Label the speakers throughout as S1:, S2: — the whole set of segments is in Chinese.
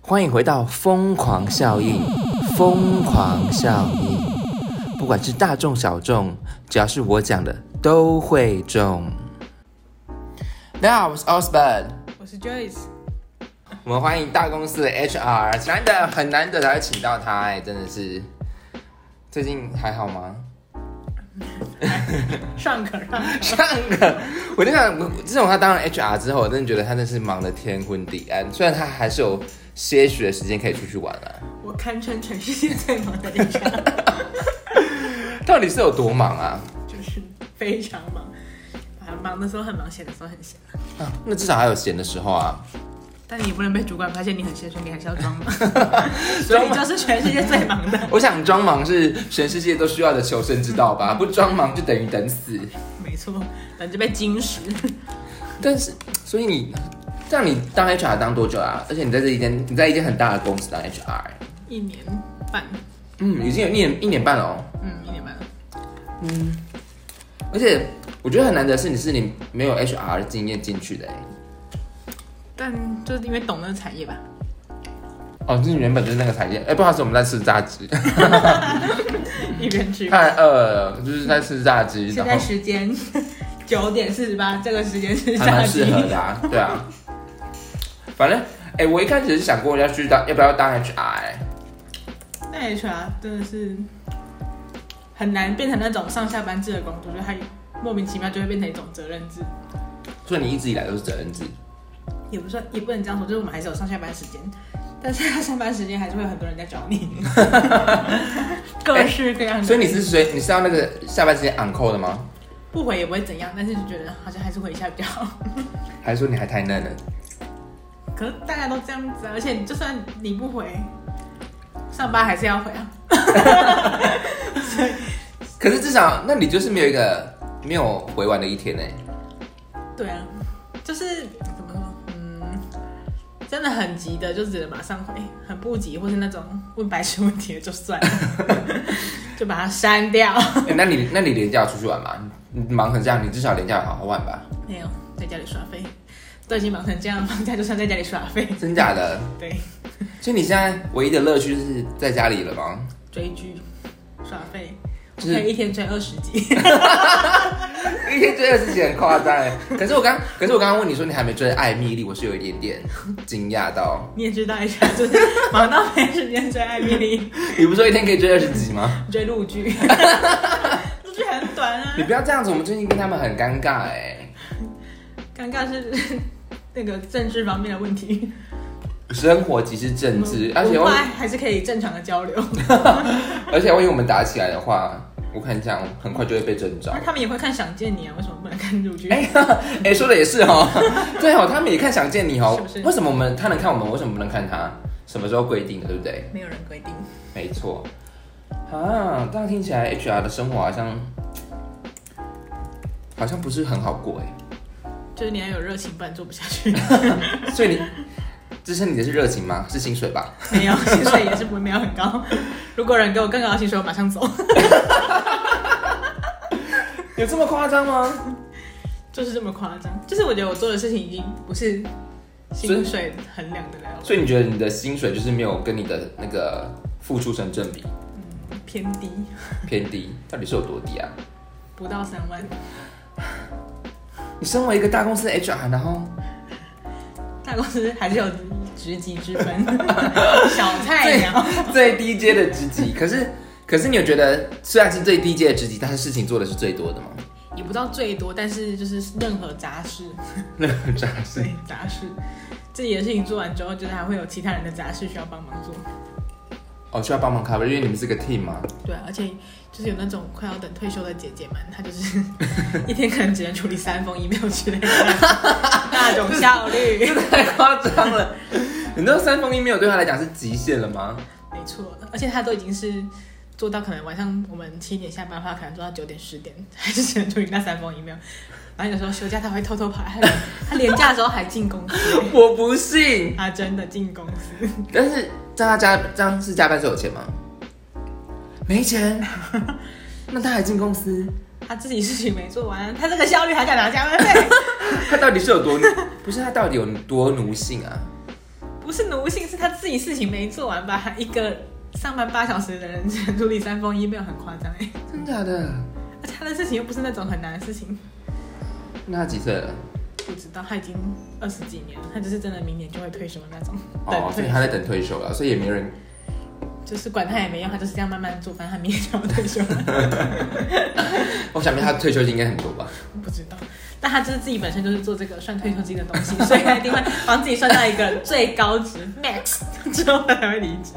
S1: 欢迎回到《疯狂效应》，疯狂效应，不管是大众小众，只要是我讲的都会中。大家好，我是 Osborn，
S2: 我是 Joyce，
S1: 我们欢迎大公司的 HR，难得很难得才会请到他、哎，真的是。最近还好吗？
S2: 上课上课
S1: 上个，我就想，自从他当了 HR 之后，我真的觉得他真是忙得天昏地暗。虽然他还是有些许的时间可以出去玩啊啦、
S2: 我堪称全世界最忙的一家，
S1: 到底是有多忙啊？
S2: 就是非常忙，啊，忙的时候很忙，闲的时候很闲。
S1: 啊那至少还有闲的时候啊。
S2: 但你不能被主管发现你很闲，所以你还是要装 忙，所以你就是全世界最忙的。
S1: 我想装忙是全世界都需要的求生之道 吧，不装忙就等于等死。
S2: 没错，等着被惊食。
S1: 但是，所以你，像你当 HR 当多久啊？而且你在这一间，你在一间很大的公司当 HR，
S2: 一年半，
S1: 嗯，已经有一年一年半了、哦。
S2: 嗯，一年半了。
S1: 而且我觉得很难得是你是你没有 HR 经验进去的、欸，
S2: 但就是因为懂那个产业吧，
S1: 哦，就是你原本就是那个产业。哎、不好意思，我们在吃炸鸡，
S2: 一边去。
S1: 嗯太饿了，就是在吃炸鸡，
S2: 现
S1: 然
S2: 在
S1: 后
S2: 时间九点四十八，这个时间是
S1: 还
S2: 炸
S1: 蛮适
S2: 鸡。
S1: 合的啊，对啊。反正，哎、我一开始是想过要去当，要不要当 HR，、欸、
S2: 那 HR 真的是很难变成那种上下班制的工作，就它莫名其妙就会变成一种责任制，
S1: 所以你一直以来都是责任制。
S2: 也不算也不能这样说，就是我们还是有上下班时间，但是他上班时间还是会有很多人在找 你，各式各样的。
S1: 所以你是谁？你是要那个下班时间 on call 的吗？
S2: 不回也不会怎样，但是就觉得好像还是回一下比较好。
S1: 还是说你还太嫩了？
S2: 可是大家都这样子啊，而且你就算你不回，上班还是要回啊。
S1: 可是至少，那你就是没有一个没有回完的一天呢、欸
S2: 对啊，就是怎么说，嗯，真的很急的就只能马上回，哎很不急或是那种问白痴问题的就算 了，就把它删掉。
S1: 欸那你那你连假有出去玩吗？你你忙成这样，你至少连假有好好玩吧？
S2: 没有，在家里耍废，都已经忙成这样，放假就算在家里耍废。
S1: 真假的？
S2: 对，
S1: 所以你现在唯一的乐趣是在家里了吗？
S2: 追剧、耍废，我
S1: 就是
S2: 可以一天追二十集。
S1: 一天追二十集很夸张哎。可是我刚，可是我刚刚问你说你还没追《艾米丽》，我是有一点点惊讶到。
S2: 你也知道一下，就是忙到没时间追艾米丽，
S1: 你不是说一天可以追二十集 吗？
S2: 追 陆剧，陆剧很短啊
S1: 你。不要这样子，我们最近跟他们很尴尬哎。
S2: 尴尬是那个政治方面的问题，
S1: 生活即是政治，而且
S2: 文
S1: 万
S2: 化还是可以正常 的交流。
S1: 而且万一我们打起来的话，我看这样很快就会被征召
S2: 那。他们也会看《想见你》啊，为什么不能看陆剧？
S1: 啊哎哎、说的也是哦， 对哦，他们也看《想见你》哦。
S2: 是不是
S1: 为什么我们他能看我们，为什么不能看他？什么时候规定的，对不对？
S2: 没有人规定，
S1: 没错。啊，这样听起来 HR 的生活好像好像不是很好过哎。
S2: 就是你要有热情，不然做不下去。
S1: 所以你 支撑你的是热情吗？是薪水吧？
S2: 没有，薪水也是不会没有很高。 如果有人给我更高的薪水，我马上走。
S1: 有这么夸张吗？
S2: 就是这么夸张。就是我觉得我做的事情已经不是薪水衡量的了，
S1: 所以你觉得你的薪水就是没有跟你的那个付出成正比，
S2: 偏低，
S1: 偏低，到底是有多低啊？
S2: 不到三万。
S1: 你身为一个大公司的 HR，然后
S2: 大公司还是有职级之 分，小菜鸟。
S1: 最低阶的职级，可是可是你有觉得虽然是最低阶的职级，但是事情做的是最多的 吗？
S2: 也不到最多，但是就是任何杂事，
S1: 那很扎实。
S2: 对杂事，自己的事情做完之后，就是还会有其他人的杂事需要帮忙做。
S1: 哦，需要帮忙 cover，因为你们是个 team 嘛。
S2: 对啊，而且就是有那种快要等退休的姐姐们，她就是 一天可能只能处理三封 email 之类的，那种效率。
S1: 太夸张了。 你知道三封 email 对他来讲是极限了吗？
S2: 没错，而且她都已经是做到可能晚上我们七点下班的话，可能做到九点十点，还是只能处理那三封 email。然后有时候休假她会偷偷跑，她她连假的时候还进公司，
S1: 我不信。
S2: 她真的进公司。
S1: 但是在他加这样是加班是有钱吗？没 钱。那他还进公司，
S2: 他自己事情没做完，他这个效率还想拿加班费，
S1: 他到底是有多不是他到底有多奴性啊？
S2: 不是奴性，是他自己事情没做完吧？一个上班八小时的人处理三封 email 很夸张哎，
S1: 真假的？
S2: 而 且他的事情又不是那种很难的事情。
S1: 那他几岁了？
S2: 不知道他已经二十几年了，他就是真的明年就会退休的那种。
S1: 哦，
S2: 对
S1: 所以
S2: 退
S1: 他在等退休了，所以也没人。
S2: 就是管他也没用，他就是这样慢慢做，反正他明年就要退休了。
S1: 我想必他退休金应该很多吧？
S2: 不知道，但他就是自己本身就是做这个算退休金的东西，所以他一定会帮自己算到一个最高值 max 之后他才会离职。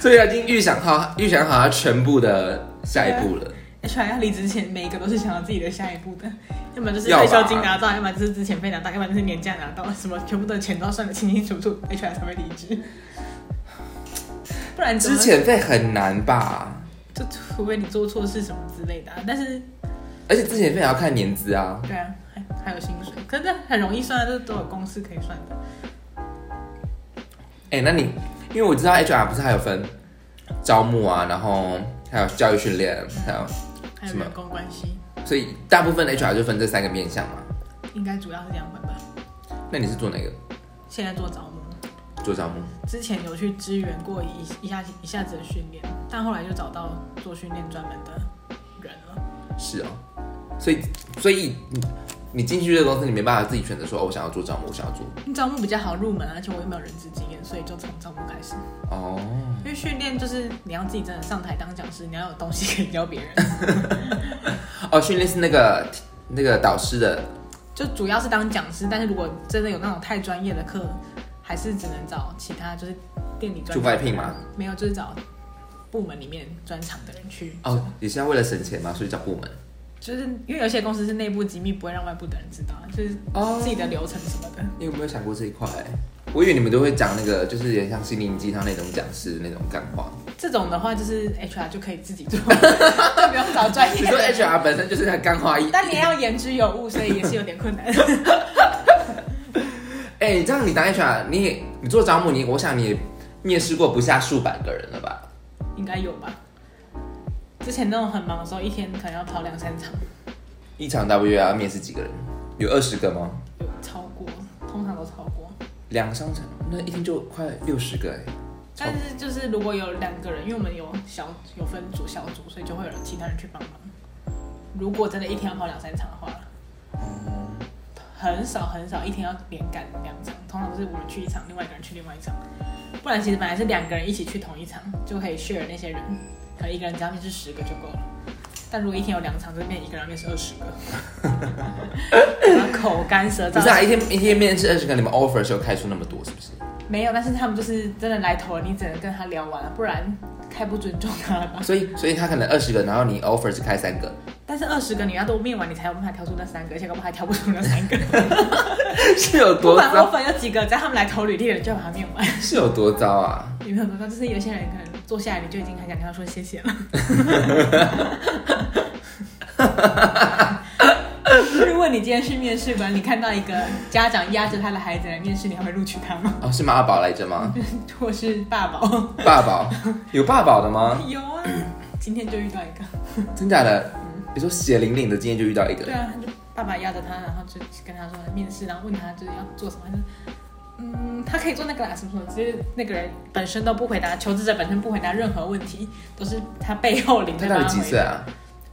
S1: 所以他已经预想好，预想好他全部的下一步了。
S2: H R 要离职前，每一个都是想到自己的下一步的，要么就是
S1: 要吧
S2: 退休金拿到，要么就是之前费拿到，要么就是年假拿到，什么全部的钱都要算得清清楚楚，H R 才会离职。不然怎么
S1: 之前费很难吧？
S2: 就除非你做错事什么之类的、啊，但是
S1: 而且之前费也要看年资啊。
S2: 对啊，还还有薪水，可是这很容易算啊，这都有公式可以算的。
S1: 哎、那你因为我知道 HR 不是还有分招募啊，然后还有教育训练，还有，
S2: 还有
S1: 什么
S2: 员工关系，
S1: 所以大部分的 HR 就分这三个面向嘛。
S2: 应该主要是这样分吧。
S1: 那你是做哪个？
S2: 现在做招募，
S1: 做招募？
S2: 之前有去支援过一一下一下子的训练，但后来就找到做训练专门的人了。
S1: 是哦，所以所以你你进去这个公司，你没办法自己选择说，哦，我想要做招募，我想要做
S2: 招募比较好入门，啊而且我又没有人资经验，所以就从招募开始。
S1: 哦。
S2: 因为训练就是你要自己真的上台当讲师，你要有东西可以教别人，
S1: 哦，训练是那个那个导师的
S2: 就主要是当讲师。但是如果真的有那种太专业的课，还是只能找其他就是店里专
S1: 就外聘吗？
S2: 没有，就是找部门里面专长的人去。
S1: 哦，也是要为了省钱嘛，所以找部门
S2: 就是因为有些公司是内部机密，不会让外部的人知道，就是
S1: 哦
S2: 自己的流程什么的。
S1: 你有没有想过这一块？我以为你们都会讲那个，就是有点像心灵鸡汤那种讲师那种干话。
S2: 这种的话，就是 HR 就可以自己做， 就不用找专业
S1: 你说
S2: 的人。
S1: HR 本身就是在干话一，
S2: 但你也要言之有物，所以也是有点困难。
S1: 哎、这样你当 HR，你也你做招募，你我想你也面试过不下数百个人了吧？
S2: 应该有吧？之前那种很忙的时候，一天可能要跑两三场，
S1: 一场大约要面试几个人？有二十个吗？
S2: 有超过，通常都超过。
S1: 两三场，那一天就快六十个哎、超
S2: 但是就是如果有两个人，因为我们有小有分组小组，所以就会有其他人去帮忙。如果真的一天要跑两三场的话，很少很少一天要连赶两场，通常都是我们去一场，另外一个人去另外一场。不然其实本来是两个人一起去同一场，就可以 share 那些人，可能一个人只要面试十个就够了。但如果一天有两场，就变一个人要面试二十个， 然后口干舌
S1: 不
S2: 燥
S1: 是。啊，一天一天面试二十个，你们 offer 的时候开出那么多是不是？
S2: 没有，但是他们就是真的来投了，你只能跟他聊完了，不然太不尊重他了吧。
S1: 所以所以他可能二十个，然后你 offer 只开三个，
S2: 但是二十个你要都面完，你才有办法挑出那三个，而且根本还挑不出那 三个。
S1: 是有
S2: 不
S1: 多
S2: 管我
S1: 糟？
S2: 粉有几个，只要他们来投履历了，就把它面完。
S1: 是有多糟啊？
S2: 有没有办法？就是有些人可能坐下来，你就已经很想跟他说谢谢了。哦如果你今天去面试官，你看到一个家长压着他的孩子来面试，你还会录取他 吗？
S1: 哦，是妈宝来着 吗？
S2: 或是爸 宝？
S1: 爸宝有爸宝的吗？
S2: 有啊，今天就遇到一个。
S1: 真假的？你说血淋淋的，今天就遇到一个
S2: 对，啊，他就爸爸压着他，然后就跟他说来面试，然后问他就是要做什么，他就嗯，他可以做那个啦，什么什么，就是那个人本身都不回答，求职者本身不回答任何问题，都是他背后领
S1: 他
S2: 着
S1: 到
S2: 他
S1: 底几
S2: 回
S1: 岁
S2: 答。
S1: 啊？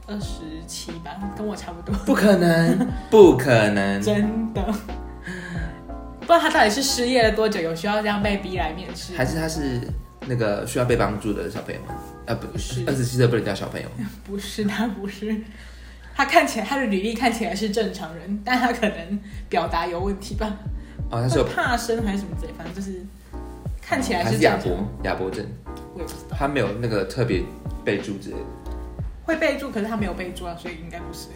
S2: 二十七吧，跟我差不多。
S1: 不可 能，不可能，
S2: 真的，不知道他到底是失业了多久，有需要这样被逼来面试？
S1: 还是他是那个需要被帮助的小朋友吗？啊，不
S2: 是嗯
S1: 二十七岁不能叫小朋友，
S2: 不是他不是，他看起来他的履历看起来是正常人，但他可能表达有问题吧，
S1: 哦，他是
S2: 会
S1: 有
S2: 怕生还是什么之类，反正就是呃看起来
S1: 他
S2: 是
S1: 是
S2: 正
S1: 亚
S2: 常
S1: 伯亚伯症，
S2: 我也不知道。
S1: 他没有那个特别备注之类的。
S2: 会备注，可是他没有备注啊，所以应该不是。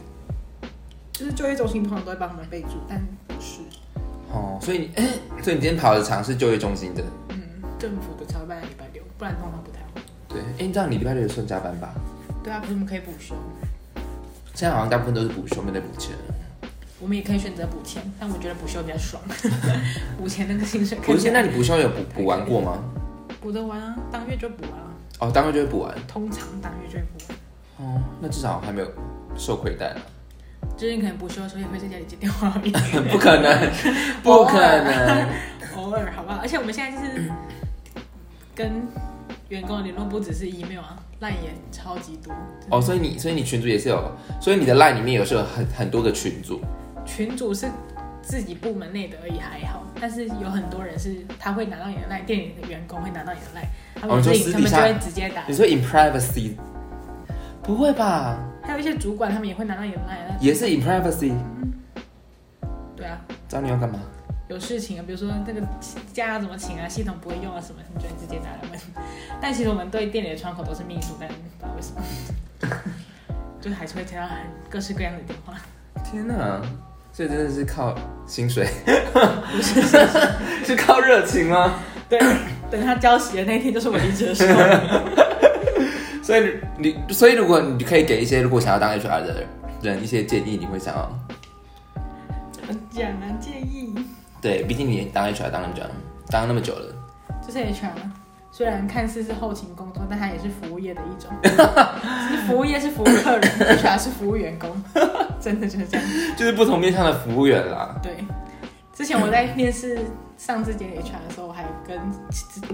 S2: 就是就业中心通常都会帮他们备注，但不是，
S1: 哦，所以你，所以你今天跑的场是就业中心的，
S2: 嗯，政府的才会办在礼拜六，不然通常不太会。
S1: 对。哎、你知道你礼拜六有算加班吧？
S2: 对啊，可是我们可以补休，
S1: 现在好像大部分都是补休，没在补钱。
S2: 我们也可以选择补钱，但我觉得补休比较爽， 补钱那个薪水
S1: 不
S2: 看起
S1: 是，那
S2: 来
S1: 你补休有补补完过吗？
S2: 补得完啊，当月就补完啊，
S1: 哦，当然就会补完。
S2: 通常当月就会补啊完。
S1: 哦，那至少还没有受亏待了。
S2: 就是你可能补休的时候也会在家里接电话而已，
S1: 不可能，不可能。
S2: 偶尔好不好？而且我们现在就是跟员工的联络不只是 email 啊，烂也超级多。
S1: 哦，所以你所以你群组也是有，所以你的 line 里面有是有很很多个群组，
S2: 群主是自己部门内的而已，还好。但是有很多人是他会拿到你的赖，店里的员工会拿到你的赖，他
S1: 哦
S2: 们
S1: 你说
S2: 自己、
S1: 私
S2: 他
S1: 底
S2: 们
S1: 下
S2: 就会直接打
S1: 你。说 in privacy，不会吧？
S2: 还有一些主管他们也会拿到你的赖，那
S1: 也是 in privacy，
S2: 对啊，
S1: 找你要干嘛？
S2: 有事情啊，比如说那个假要怎么请啊，系统不会用啊什么，你就会直接打来问。但其实我们对店里的窗口都是秘书，但不知道为什么， 就还是会接到很各式各样的电话。
S1: 天哪！所以真的是靠薪 水，
S2: 不是是是
S1: 是靠热情吗？
S2: 对， 等他交息的那天就是我离职的时候。
S1: 所以你，所以如果你可以给一些如果想要当 HR 的人一些建议，你会想要
S2: 讲啊，建议
S1: 对，毕竟你当 HR 当那么久，当那么久了，
S2: 就是 HR，虽然看似是后勤工作，但它也是服务业的 一种。其实服务业是服务客人，HR 是服务员 工，真的就是这样。
S1: 就是不同面向的服务员啦。
S2: 对，之前我在面试上这间 HR 的时候，我还跟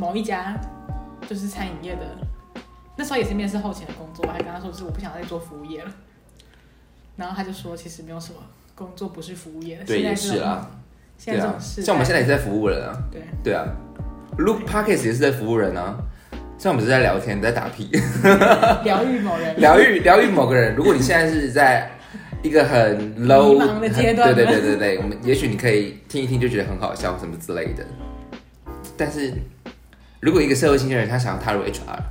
S2: 某一家就是餐饮业的，那时候也是面试后勤的工作，我还跟他说，就是我不想再做服务业了。然后他就说，其实没有什么工作不是服务业的，
S1: 对，
S2: 现在
S1: 也
S2: 这
S1: 是
S2: 种
S1: 啦，
S2: 现
S1: 对
S2: 在这
S1: 啊
S2: 种，事，
S1: 像我们现在也是在服务人啊，
S2: 对，
S1: 对啊，Look Pockets 也是在服务人啊。像我们是在聊天，在打屁，
S2: 疗愈某人，
S1: 疗愈疗愈某个人。如果你现在是在一个很 low
S2: 迷茫的阶段
S1: 很对
S2: 吗
S1: 对对对对，我们也许你可以听一听就觉得很好笑什么之类的。但是如果一个社会新鲜人他想要踏入 HR，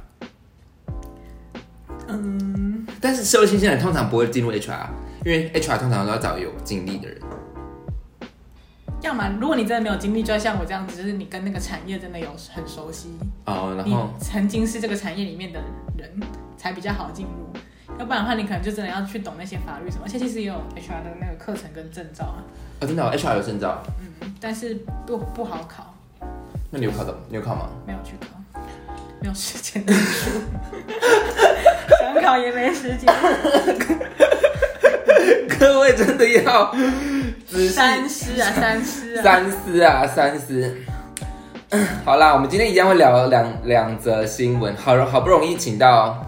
S2: 嗯，
S1: 但是社会新鲜人通常不会进入 HR，因为 HR 通常都要找有经历的人。
S2: 要么如果你真的没有经历，就要像我这样子，就是你跟那个产业真的有很熟悉，
S1: 哦，然
S2: 你
S1: 后
S2: 曾经是这个产业里面的人，才比较好进入。要不然的话，你可能就真的要去懂那些法律什么，而且其实也有 HR 的那个课程跟证照啊，
S1: 哦，真的、哦、HR 有证照，
S2: 嗯，但是不不好考，
S1: 那你有考到？你有考吗？
S2: 没有去考，没有时间读书，想考也没时间。
S1: 各位真的要仔细
S2: 三思啊，三思啊，
S1: 三思啊，三思。 好啦，我们今天一样会聊两两则新闻，好好不容易请到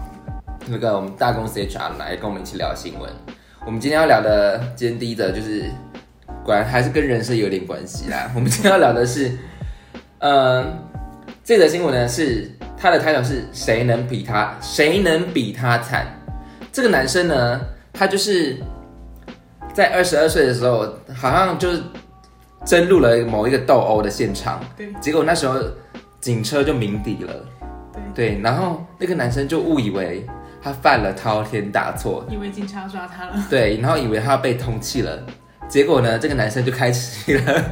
S1: 那个我们大公司 HR 来跟我们一起聊新闻。我们今天要聊的，今天第一则就是，果然还是跟人设有点关系啦。我们今天要聊的是，嗯，这则新闻呢是他的 title 是谁能比他谁能比他惨？这个男生呢，他就是在二十二岁的时候，好像就是争入了某一个斗殴的现场，
S2: 对
S1: 结果那时候警车就鸣笛了，
S2: 对，
S1: 对，然后那个男生就误以为他犯了滔天大错，
S2: 以为警察抓他 了，
S1: 对，然后以为他被通缉了，结果呢，这个男生就开启了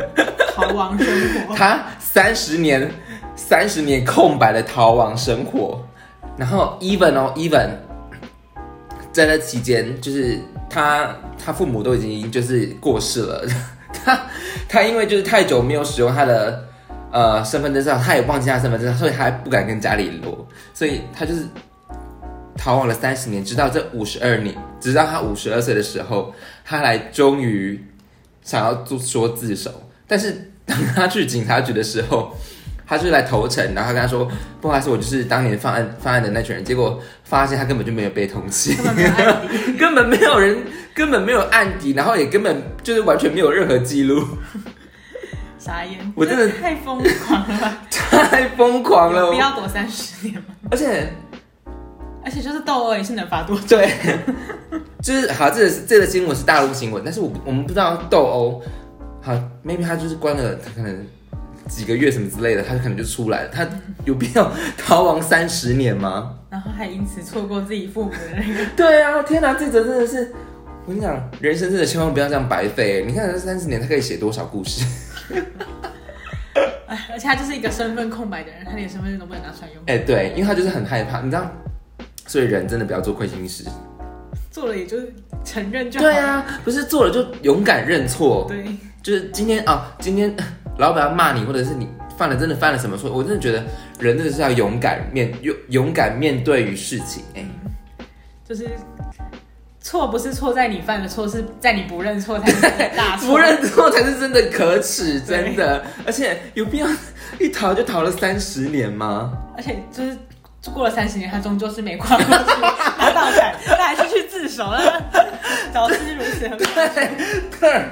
S2: 逃亡生活。
S1: 他三十年三十年空白的逃亡生活，然后 even 哦 even 在那期间，就是他他父母都已经就是过世了， 他他因为就是太久没有使用他的呃身份证照，他也忘记他身份证，所以他还不敢跟家里联络，所以他就是逃亡了三十年，直到这五十二年，直到他五十二岁的时候，他来终于想要做说自首，但是当他去警察局的时候，他就来投诚，然后他跟他说不好意思，我就是当年犯案犯案的那群人，结果发现他根本就没有被通缉，
S2: 根本没有案底，
S1: 根本没有人，根本没有案底，然后也根本就是完全没有任何记录，
S2: 傻眼！
S1: 我真的
S2: 太疯狂了吧，
S1: 太疯狂了
S2: 不。要躲三十年嘛。
S1: 而且，
S2: 而且就是斗殴也是能罚多久？
S1: 对， 就是好，这个是这个新闻是大陆新闻，但是我不我们不知道斗殴，好，maybe 他就是关了可能几个月什么之类的，他可能就出来了，他有必要 逃亡三十年吗？
S2: 然后还因此错过自己父母的那个。
S1: 对啊，天哪，这则真的是，我跟你讲，人生真的千万不要这样白费。欸你看这三十年，他可以写多少故事？
S2: 哎，而且他就是一个身份空白的人，他连身份证都不能拿出来用，
S1: 哎、对，因为他就是很害怕，你知道，所以人真的不要做亏心事。
S2: 做了也就是承认就好。
S1: 对，啊，不是做了就勇敢认错，
S2: 对，
S1: 就是今天啊、今天 呃老板要骂你，或者是你犯了真的犯了什么错，我真的觉得人真的是要勇敢面勇勇敢面对于事情。哎、
S2: 就是错不是错在你犯的错，是在你不认错才是你的大错。
S1: 不认错才是真的可耻，真的。而且有必要一逃就逃了三十年吗？
S2: 而且就是过了三十年，他终究是没跨过去拿到产，他还是去自首了。早知如此，何
S1: 对，对，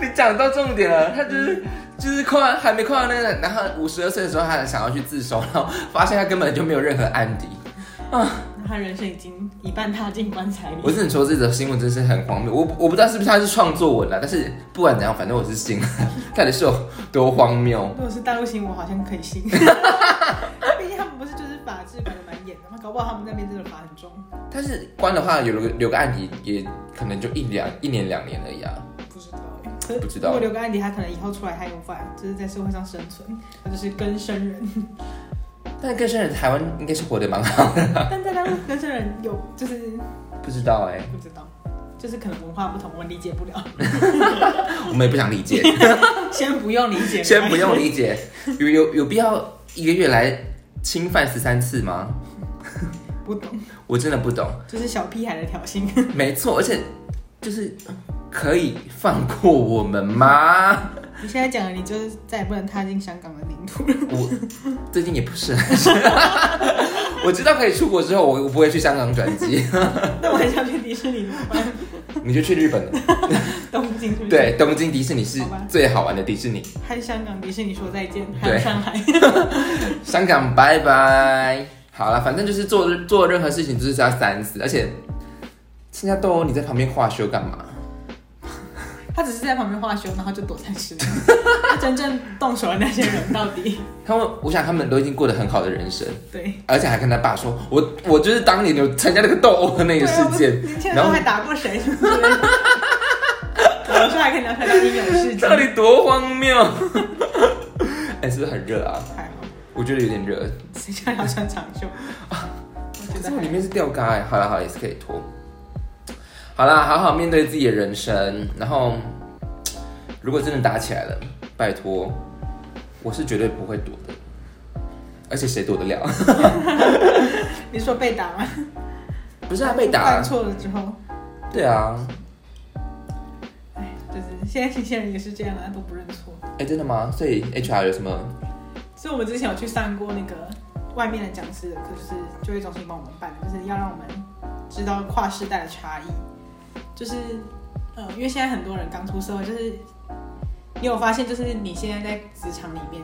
S1: 你讲到重点了，他就是。就是跨还没跨到那个，然后五十二岁的时候，他还想要去自首，然后发现他根本就没有任何案底。
S2: 他人生已经一半踏进棺材里。
S1: 我只能说这则新闻真是很荒谬，我我不知道是不是他是创作文啦，啊但是不管怎样，反正我是信了，到底是有多荒谬。
S2: 如果是大陆新闻，我好像可以信。 毕竟他们不是就是法制管的蛮严的吗？搞不好他们那边真的法很重。
S1: 但是关的话，有留留个案底，也可能就一两一年两年而已啊。
S2: 不知道哎
S1: 不知道
S2: 如果留个案底，他可能以后出来他有法，就是在社会上生存，他就是更 生人。
S1: 但是更深的台湾应该是活得蛮好，
S2: 但在大陆更生人有就是
S1: 不知道哎、
S2: 不知道，就是可能文化不同，我理解不了。
S1: 我们也不想理解，
S2: 先不用理解，
S1: 先不用理 解，有有有必要一个月来侵犯十三次吗？
S2: 不懂，
S1: 我真的不懂。
S2: 就是小屁孩的挑衅。
S1: 没错，而且就是可以放过我们吗？
S2: 你现在讲的，你就是再也不能踏进香港的 领土了。
S1: 我最近也不是 很是，我知道可以出国之后，我我不会去香港转机，
S2: 那我很想去迪士尼怎么办？
S1: 你就去日本了。
S2: 东京是不是？，
S1: 对，东京迪士尼是
S2: 好吧
S1: 最好玩的迪士尼，
S2: 和香港迪士尼说再见，
S1: 对
S2: 还有上海。
S1: 香港拜拜。好了，反正就是做做任何事情就是要三思，而且新加豆你在旁边画休干嘛？
S2: 他只是在旁边画休，然后就躲在室内。他真正动手的那些人到底？
S1: 他们，我想他们都已经过得很好的人生，
S2: 对，
S1: 而且还跟他爸说，我我就是当年有参加那个斗殴的那个事件，
S2: 对啊不年轻人
S1: 然
S2: 都
S1: 后
S2: 还打过 谁？是不是我说还可以聊出来到英勇事迹
S1: 到，底多荒谬？ 哎、是不是很热啊？
S2: 还好，
S1: 我觉得有点热，
S2: 谁叫你要穿长袖？我
S1: 可
S2: 觉
S1: 是
S2: 得
S1: 我
S2: 还
S1: 里面是吊嘎哎、好了好了，也是可以脱。好啦，好好面对自己的人生，然后如果真的打起来了，拜托，我是绝对不会躲的，而且谁躲得了？
S2: 你说被打吗？
S1: 不是啊， 被打
S2: 犯，错了之后，
S1: 对啊，
S2: 哎，就是现在新鲜人也是这样啊，都不认错。
S1: 哎、真的吗？所以 HR 有什么？
S2: 所以我们之前有去上过那个外面的讲师的课，就是就业中心帮我们办的，就是要让我们知道跨世代的差异。就是，呃，因为现在很多人刚出社会，就是你有发现，就是你现在在职场里面，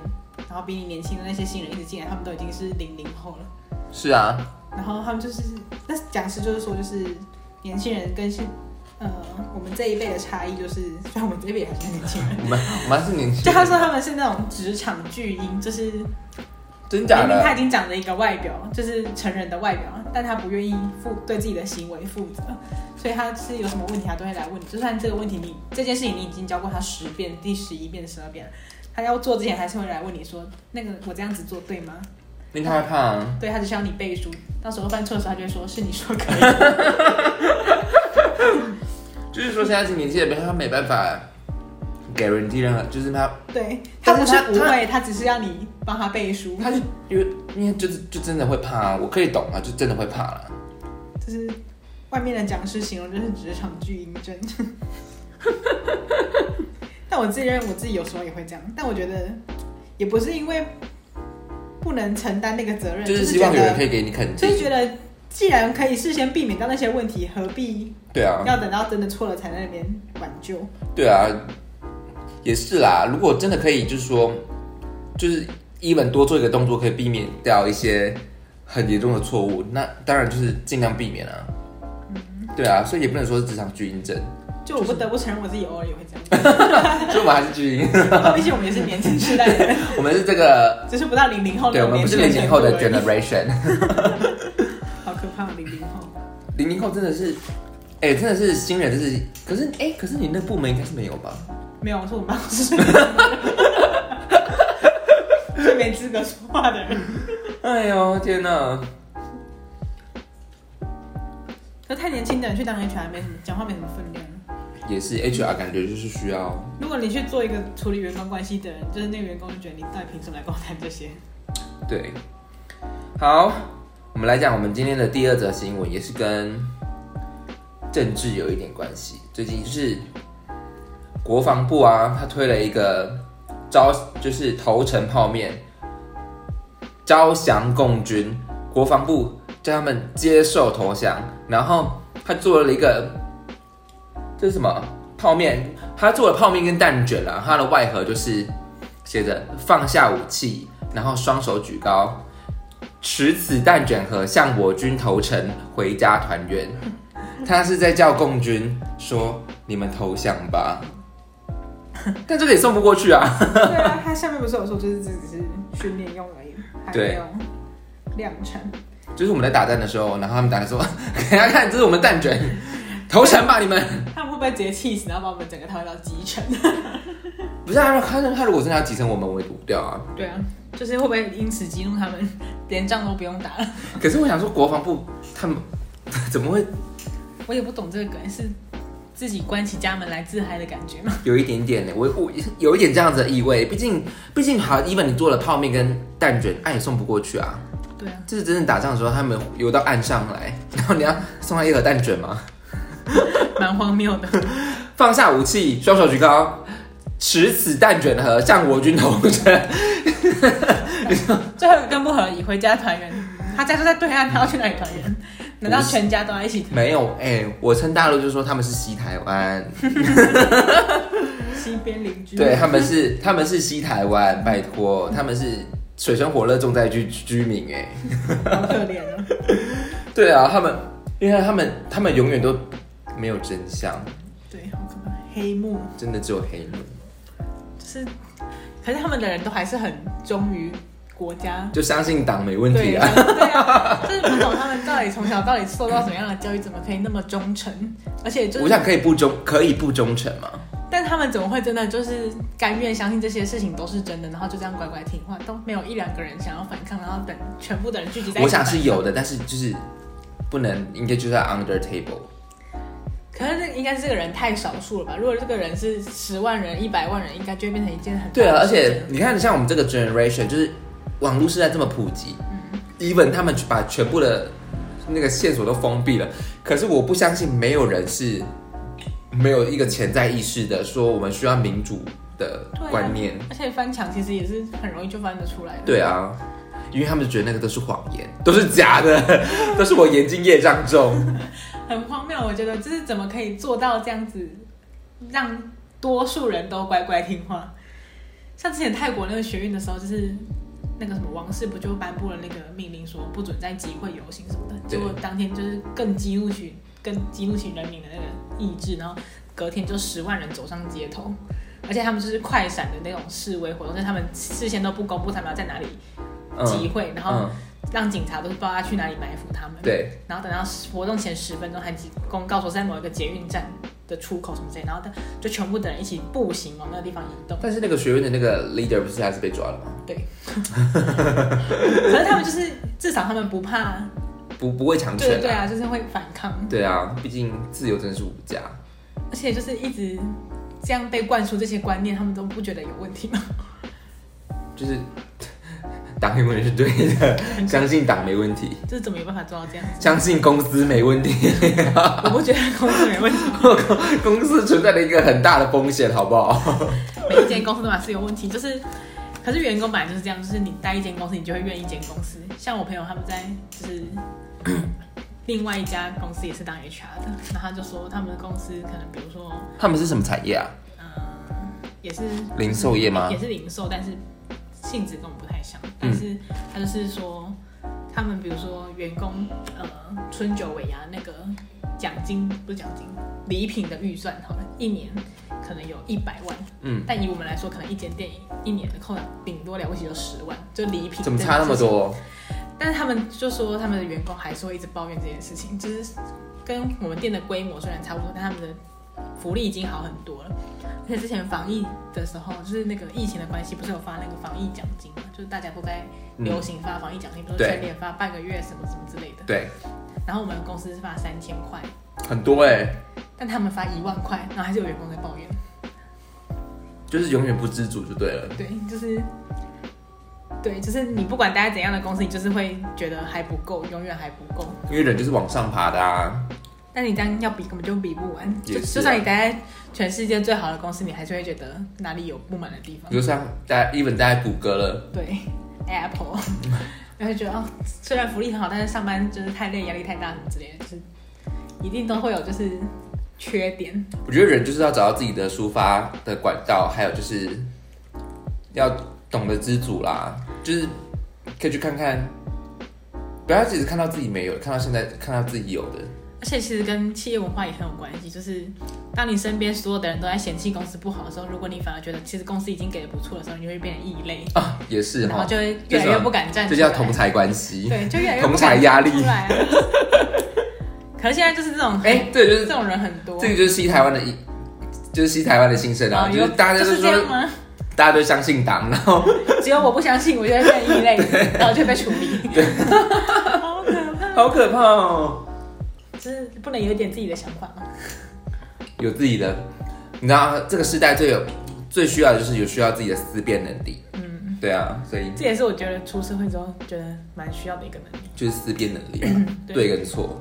S2: 然后比你年轻的那些新人一直进来，他们都已经是零零后了。
S1: 是 啊，
S2: 然后他们就是，那讲师就是说，就是年轻人跟是，呃，我们这一辈的差异，就是虽然我们这一辈还是年轻人，
S1: 我们我们还是年轻
S2: 就他
S1: 人，
S2: 说他们是那种职场巨婴，就是
S1: 真假
S2: 明明他已
S1: 的？
S2: 经长了一个外表，就是成人的外表，但他不愿意负对自己的行为负责，所以他是有什么问题他都会来问你。就算这个问题你这件事情你已经教过他十遍、第十一遍、十二遍了，他要做之前还是会来问你说：“那个我这样子做对吗
S1: 因为他害怕、啊，？”
S2: 对，他只需要你背书。到时候犯错的时候，他就会说：“是你说 可以的。
S1: 就是说现在这年纪的人，他没办法 guarantee 任何，就是他”
S2: 对，他
S1: 但
S2: 不
S1: 是
S2: 是
S1: 他
S2: 不会，他只是要你帮他背书，
S1: 他就因为因为就是就真的会怕、啊，我可以懂啊，就真的会怕了、
S2: 就是。外面的讲师形容就是职场巨婴症， 但我自认为我自己有时候也会这样，但我觉得也不是因为不能承担那个责任，
S1: 就是希
S2: 觉
S1: 望有人
S2: 得，
S1: 可以给你肯
S2: 就
S1: 定
S2: 是。觉得既然可以事先避免到那些问题，何必
S1: 对啊，
S2: 要等到真的错了才在那边挽救？
S1: 对啊，也是啦。如果真的可以，就是说，就是 even 多做一个动作，可以避免掉一些很严重的错误，那当然就是尽量避免啊。
S2: 嗯
S1: 对啊，所以也不能说是职场巨婴症，
S2: 就我不得不承认，我自己偶尔也会这
S1: 所以我们还是巨 婴，
S2: 样，毕竟我们也是年轻世代的人，
S1: 我们是这个，
S2: 只是不到零零后
S1: 对，
S2: 的
S1: 我们
S2: 年
S1: 不是
S2: 轻人
S1: 零零后的
S2: 程度而已
S1: generation。
S2: 好可怕，零零后。
S1: 零零后真的是，哎、真的是新人，就是，可是哎、可是你那部门应该是没有吧？
S2: 没有，是我们办公室最没资格说话的人。
S1: 哎呦天哪！
S2: 可太年轻的人去当 HR 没什么讲话没什么分量。
S1: 也是 HR 感觉就是需要，
S2: 如果你去做一个处理员工关系的人，就是那个员工就觉得你到底凭什么来跟我谈这些？
S1: 对。好，我们来讲我们今天的第二则新闻，也是跟政治有一点关系。最近就是国防部啊，他推了一个招，就是投诚泡面，招降共军。国防部叫他们接受投降，然后他做了一个这是什么泡面？他做了泡面跟蛋卷啊，它的外盒就是写着“放下武器，然后双手举高，持此蛋卷盒向我军投诚，回家团圆。”他是在叫共军说：“你们投降吧。”但这个也送不过去啊。
S2: 对啊，它下面不是有说，就是只是训练用而已，还没有量产。
S1: 就是我们在打蛋的时候，然后他们打的时候， 给大家看，这是我们的蛋卷，投诚吧你们。
S2: 他们会不会直接气死，然后把我们整个台湾都击沉？
S1: 不是啊，他他如果真的要集成我们，我也读不掉啊。
S2: 对啊，就是会不会因此激怒他们，连仗都不用打 了？
S1: 可是我想说，国防部他们 怎么会
S2: 我也不懂这个梗，是自己关起家门来自嗨的感觉吗？
S1: 有一点点呢？我我有一点这样子的意味，毕竟毕竟好，even 你做了泡面跟蛋卷，哎、也送不过去啊。
S2: 对啊，
S1: 这是真正打仗的时候，他们游到岸上来，然后你要送他一盒蛋卷吗？
S2: 蛮荒谬的。
S1: 放下武器，双手举高，持此蛋卷盒向我军投诚。
S2: 最后一个更不合理，回家团圆。他家就在对岸，他要去哪里团圆？
S1: 嗯
S2: 难道全家都要一起
S1: 没有，哎、我称大陆就说他们是西台湾，
S2: 西边邻居？
S1: 对，他们是他们是西台湾，拜托，他们是水深火热重灾区居民、哎。
S2: 好可怜哦。
S1: 对啊，他们，因为他们，他们永远都没有真相，
S2: 对，好可怕，黑幕
S1: 真的只有黑幕，
S2: 就是，可是他们的人都还是很忠于国家。
S1: 就相信党没问
S2: 对
S1: 题
S2: 啊，
S1: 啊。
S2: 对啊，就是不懂他们到底从小到底受到什么样的教育，怎么可以那么忠诚？而且就
S1: 我
S2: 是，
S1: 想可以不忠，可以不忠诚吗？
S2: 但他们怎么会真的就是甘愿相信这些事情都是真的，然后就这样乖乖听话，都没有一两个人想要反抗，然后等全部的人聚集在一起。
S1: 我想是有的，但是就是不能，应该就是在 under table。
S2: 可是这应该是这个人太少数了吧？如果这个人是十万人、一百万人，应该就会变成一件很大
S1: 对啊，
S2: 的
S1: 而
S2: 事情
S1: 且你看，像我们这个 generation，就是网络时代这么普及、e v e n 他们把全部的那个线索都封闭了，可是我不相信没有人是没有一个潜在意识的说我们需要民主的
S2: 对啊
S1: 观念。
S2: 而且翻墙其实也是很容易就翻得出来的。
S1: 对啊，因为他们觉得那个都是谎言，都是假的， 都是我眼睛业障重。
S2: 很荒谬，我觉得就是怎么可以做到这样子，让多数人都乖乖听话。像之前泰国那个学运的时候，就是那个什么王室不就颁布了那个命令，说不准在集会游行什么的，结
S1: 对
S2: 果当天就是更激怒起更激怒起人民的那个意志，然后隔天就十万人走上街头，而且他们就是快闪的那种示威活动，就是他们事先都不公布他们要在哪里集
S1: 嗯，
S2: 会，然后
S1: 嗯，
S2: 让警察都不知道要去哪里埋伏他们。
S1: 对，
S2: 然后等到活动前十分钟还公告说在某一个捷运站的出口什么之类，然后就全部的人一起步行往那个地方移动。
S1: 但是那个学院的那个 leader 不是还是被抓了吗？
S2: 可是他们就是至少他们不怕，
S1: 不不会强
S2: 对对
S1: 权
S2: 对
S1: 啊。
S2: 啊，就是会反抗，
S1: 对啊，毕竟自由真是无价。
S2: 而且就是一直这样被灌输这些观念，他们都不觉得有问题吗？
S1: 就是 党永远是对 的，相信党没问题，
S2: 就是怎么有办法做到这样子？
S1: 相信公司没问题。
S2: 我不觉得公司没问题，
S1: 公司存在了一个很大的风险，好不 好？
S2: 每一间公司都还是有问题，就是。可是员工本来就是这样，就是你待一间公司，你就会愿意一间公司。像我朋友他们在就是 另外一家公司也是当 HR 的，然后他就说他们的公司可能比如说，
S1: 他们是什么产业啊？
S2: 嗯，也是
S1: 零售业吗嗯
S2: 也？是零售，但是性质跟我们不太像。但是他就是说，他们比如说员工呃春酒尾牙那个奖金不是奖金礼品的预算，好了，一年可能有一百万。
S1: 嗯，
S2: 但以我们来说，可能一间店一年的扣打顶多了不起就十万，就礼品。
S1: 怎么差那么？多？
S2: 但是他们就说他们的员工还是会一直抱怨这件事情，就是跟我们店的规模虽然差不多，但他们的福利已经好很多了。而且之前防疫的时候，就是那个疫情的关系，不是有发那个防疫奖金嘛？就是大家都在
S1: 嗯
S2: 流行发防疫奖金，不是
S1: 对
S2: 全年发半个月什么什么之类的。
S1: 对，
S2: 然后我们公司是发三千块，
S1: 很多哎、
S2: 但他们发一万块，然后还是有员工在抱怨。
S1: 就是永远不知足就对了。
S2: 对，就是，对，就是你不管待在怎样的公司，你就是会觉得还不够，永远还不够。
S1: 因为人就是往上爬的啊。
S2: 但你这样要比根本就比不完，就
S1: 也是啊
S2: 就算你待在全世界最好的公司，你还是会觉得哪里有不满的地方
S1: 比。如像大家 even 大家谷歌了，
S2: 对，Apple，然 后就觉得哦，虽然福利很好，但是上班就是太累，压力太大什么之类的，就是一定都会有就是缺点。
S1: 我觉得人就是要找到自己的抒发的管道，还有就是要懂得知足啦，就是可以去看看，不要只是看到自己没有，看到现在看到自己有的，
S2: 而且其实跟企业文化也很有关系，就是当你身边所有的人都在嫌弃公司不好的时候，如果你反而觉得其实公司已经给的不错的时候，你就会变得异类，
S1: 啊也是哦
S2: 然后
S1: 哈，
S2: 就会越来越不敢站出
S1: 这
S2: 来。
S1: 叫同才关系。
S2: 对，就越来越
S1: 同
S2: 不
S1: 侪
S2: 敢
S1: 压
S2: 站
S1: 力
S2: 出来啊。可是现在就是这种，
S1: 哎、对，就是
S2: 这种人很多。
S1: 这个就是西台湾的一，就是西台湾的心声啊，就是大家
S2: 哦就
S1: 都
S2: 是这
S1: 说，
S2: 样啊吗？
S1: 大家都相信党，然 后
S2: 只有我不相信，我就会变异类，然后就被处理。好可怕！
S1: 好可怕哦，
S2: 就是不能有一点自己的想法吗？
S1: 有自己的，你知道这个时代最有最需要的就是有需要自己的思辨能力，嗯，对啊，所以
S2: 这也是我觉得出社会之后觉得蛮需要的一个能力。
S1: 就是思辨能力嘛，
S2: 对
S1: 对跟错。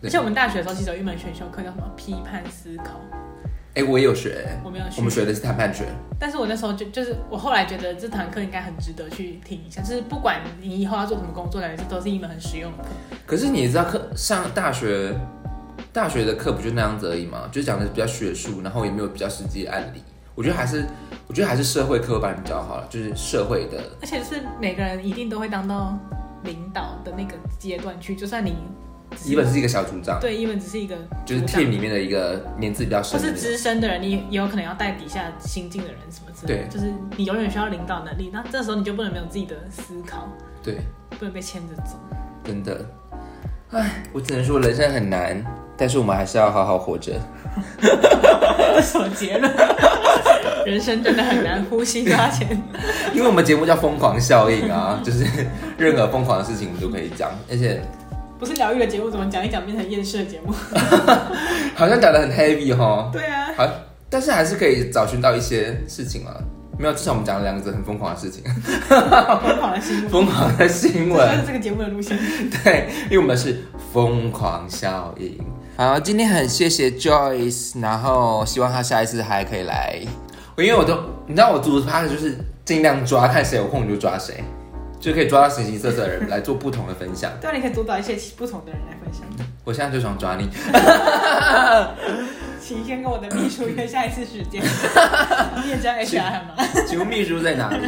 S1: 对
S2: 而且我们大学的时候其实有一门选修课叫什么批判思考，
S1: 哎、我也有学，
S2: 我没有啊学
S1: 我，们学的是谈判学，
S2: 但是我那时候就就是我后来觉得这堂课应该很值得去听一下，就是不管你以后要做什么工作，感觉这都是一门很实用的课。
S1: 可是你知道课上大学。大学的课不就那样子而已嘛，就讲的比较学术，然后也没有比较实际的案例。我觉得还是，我觉得还是社会科班比较好了，就是社会的
S2: 而且就是每个人一定都会当到领导的那个阶段去，就算你
S1: 基本是一个小组长，
S2: 对英文只是一个
S1: 就是
S2: 组长
S1: team 里面的一个年纪比较
S2: 或
S1: 深的
S2: 是
S1: 那种。
S2: 资深的人，你也有可能要带底下新进的人什么之类
S1: 对
S2: 的，就是你永远需要领导能力。那这时候你就不能没有自己的思考，
S1: 对，
S2: 不能被牵着 走。
S1: 真的。唉，我只能说人生很难，但是我们还是要好好活着。
S2: 这是什么 结论？人生真的很难，呼吸就要钱。
S1: 因为我们节目叫疯狂效应啊，就是 任何疯狂的事情我们都可以讲，而且
S2: 不是疗愈的节目，怎么讲一讲变成厌世的节目？
S1: 好像讲的很 heavy 哈，
S2: 对 啊，
S1: 好，但是还是可以找寻到一些事情啊。没有，至少我们讲了两个很疯狂的事情，
S2: 疯狂的新闻，
S1: 疯狂的新
S2: 这 就
S1: 闻，
S2: 是这个节目的路线。
S1: 对，因为我们是疯狂效应。好，今天很谢谢 Joyce，然后希望他下一次还可以来。因为我都，你知道我组他的就是尽量抓，看谁有空就抓谁，就可以抓到形形色色的人来做不同的分享。
S2: 对啊，你可以主导一些不同的人来分享。
S1: 我现在就想抓你，
S2: 请先跟我的秘书约下一次时间。你也知道 HR 吗？
S1: 请问秘书在哪里？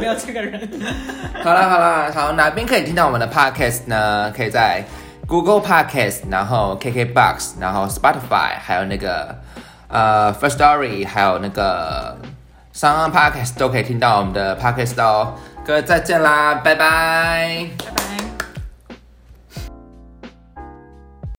S2: 没有这个人。
S1: 好啦好啦，好，哪边可以听到我们的 podcast 呢？可以在 Google Podcast，然后 KKBox，然后 Spotify，还有那个呃 First Story，还有那个 s o n Podcast 都可以听到我们的 podcast 哦。各位再见啦，拜拜。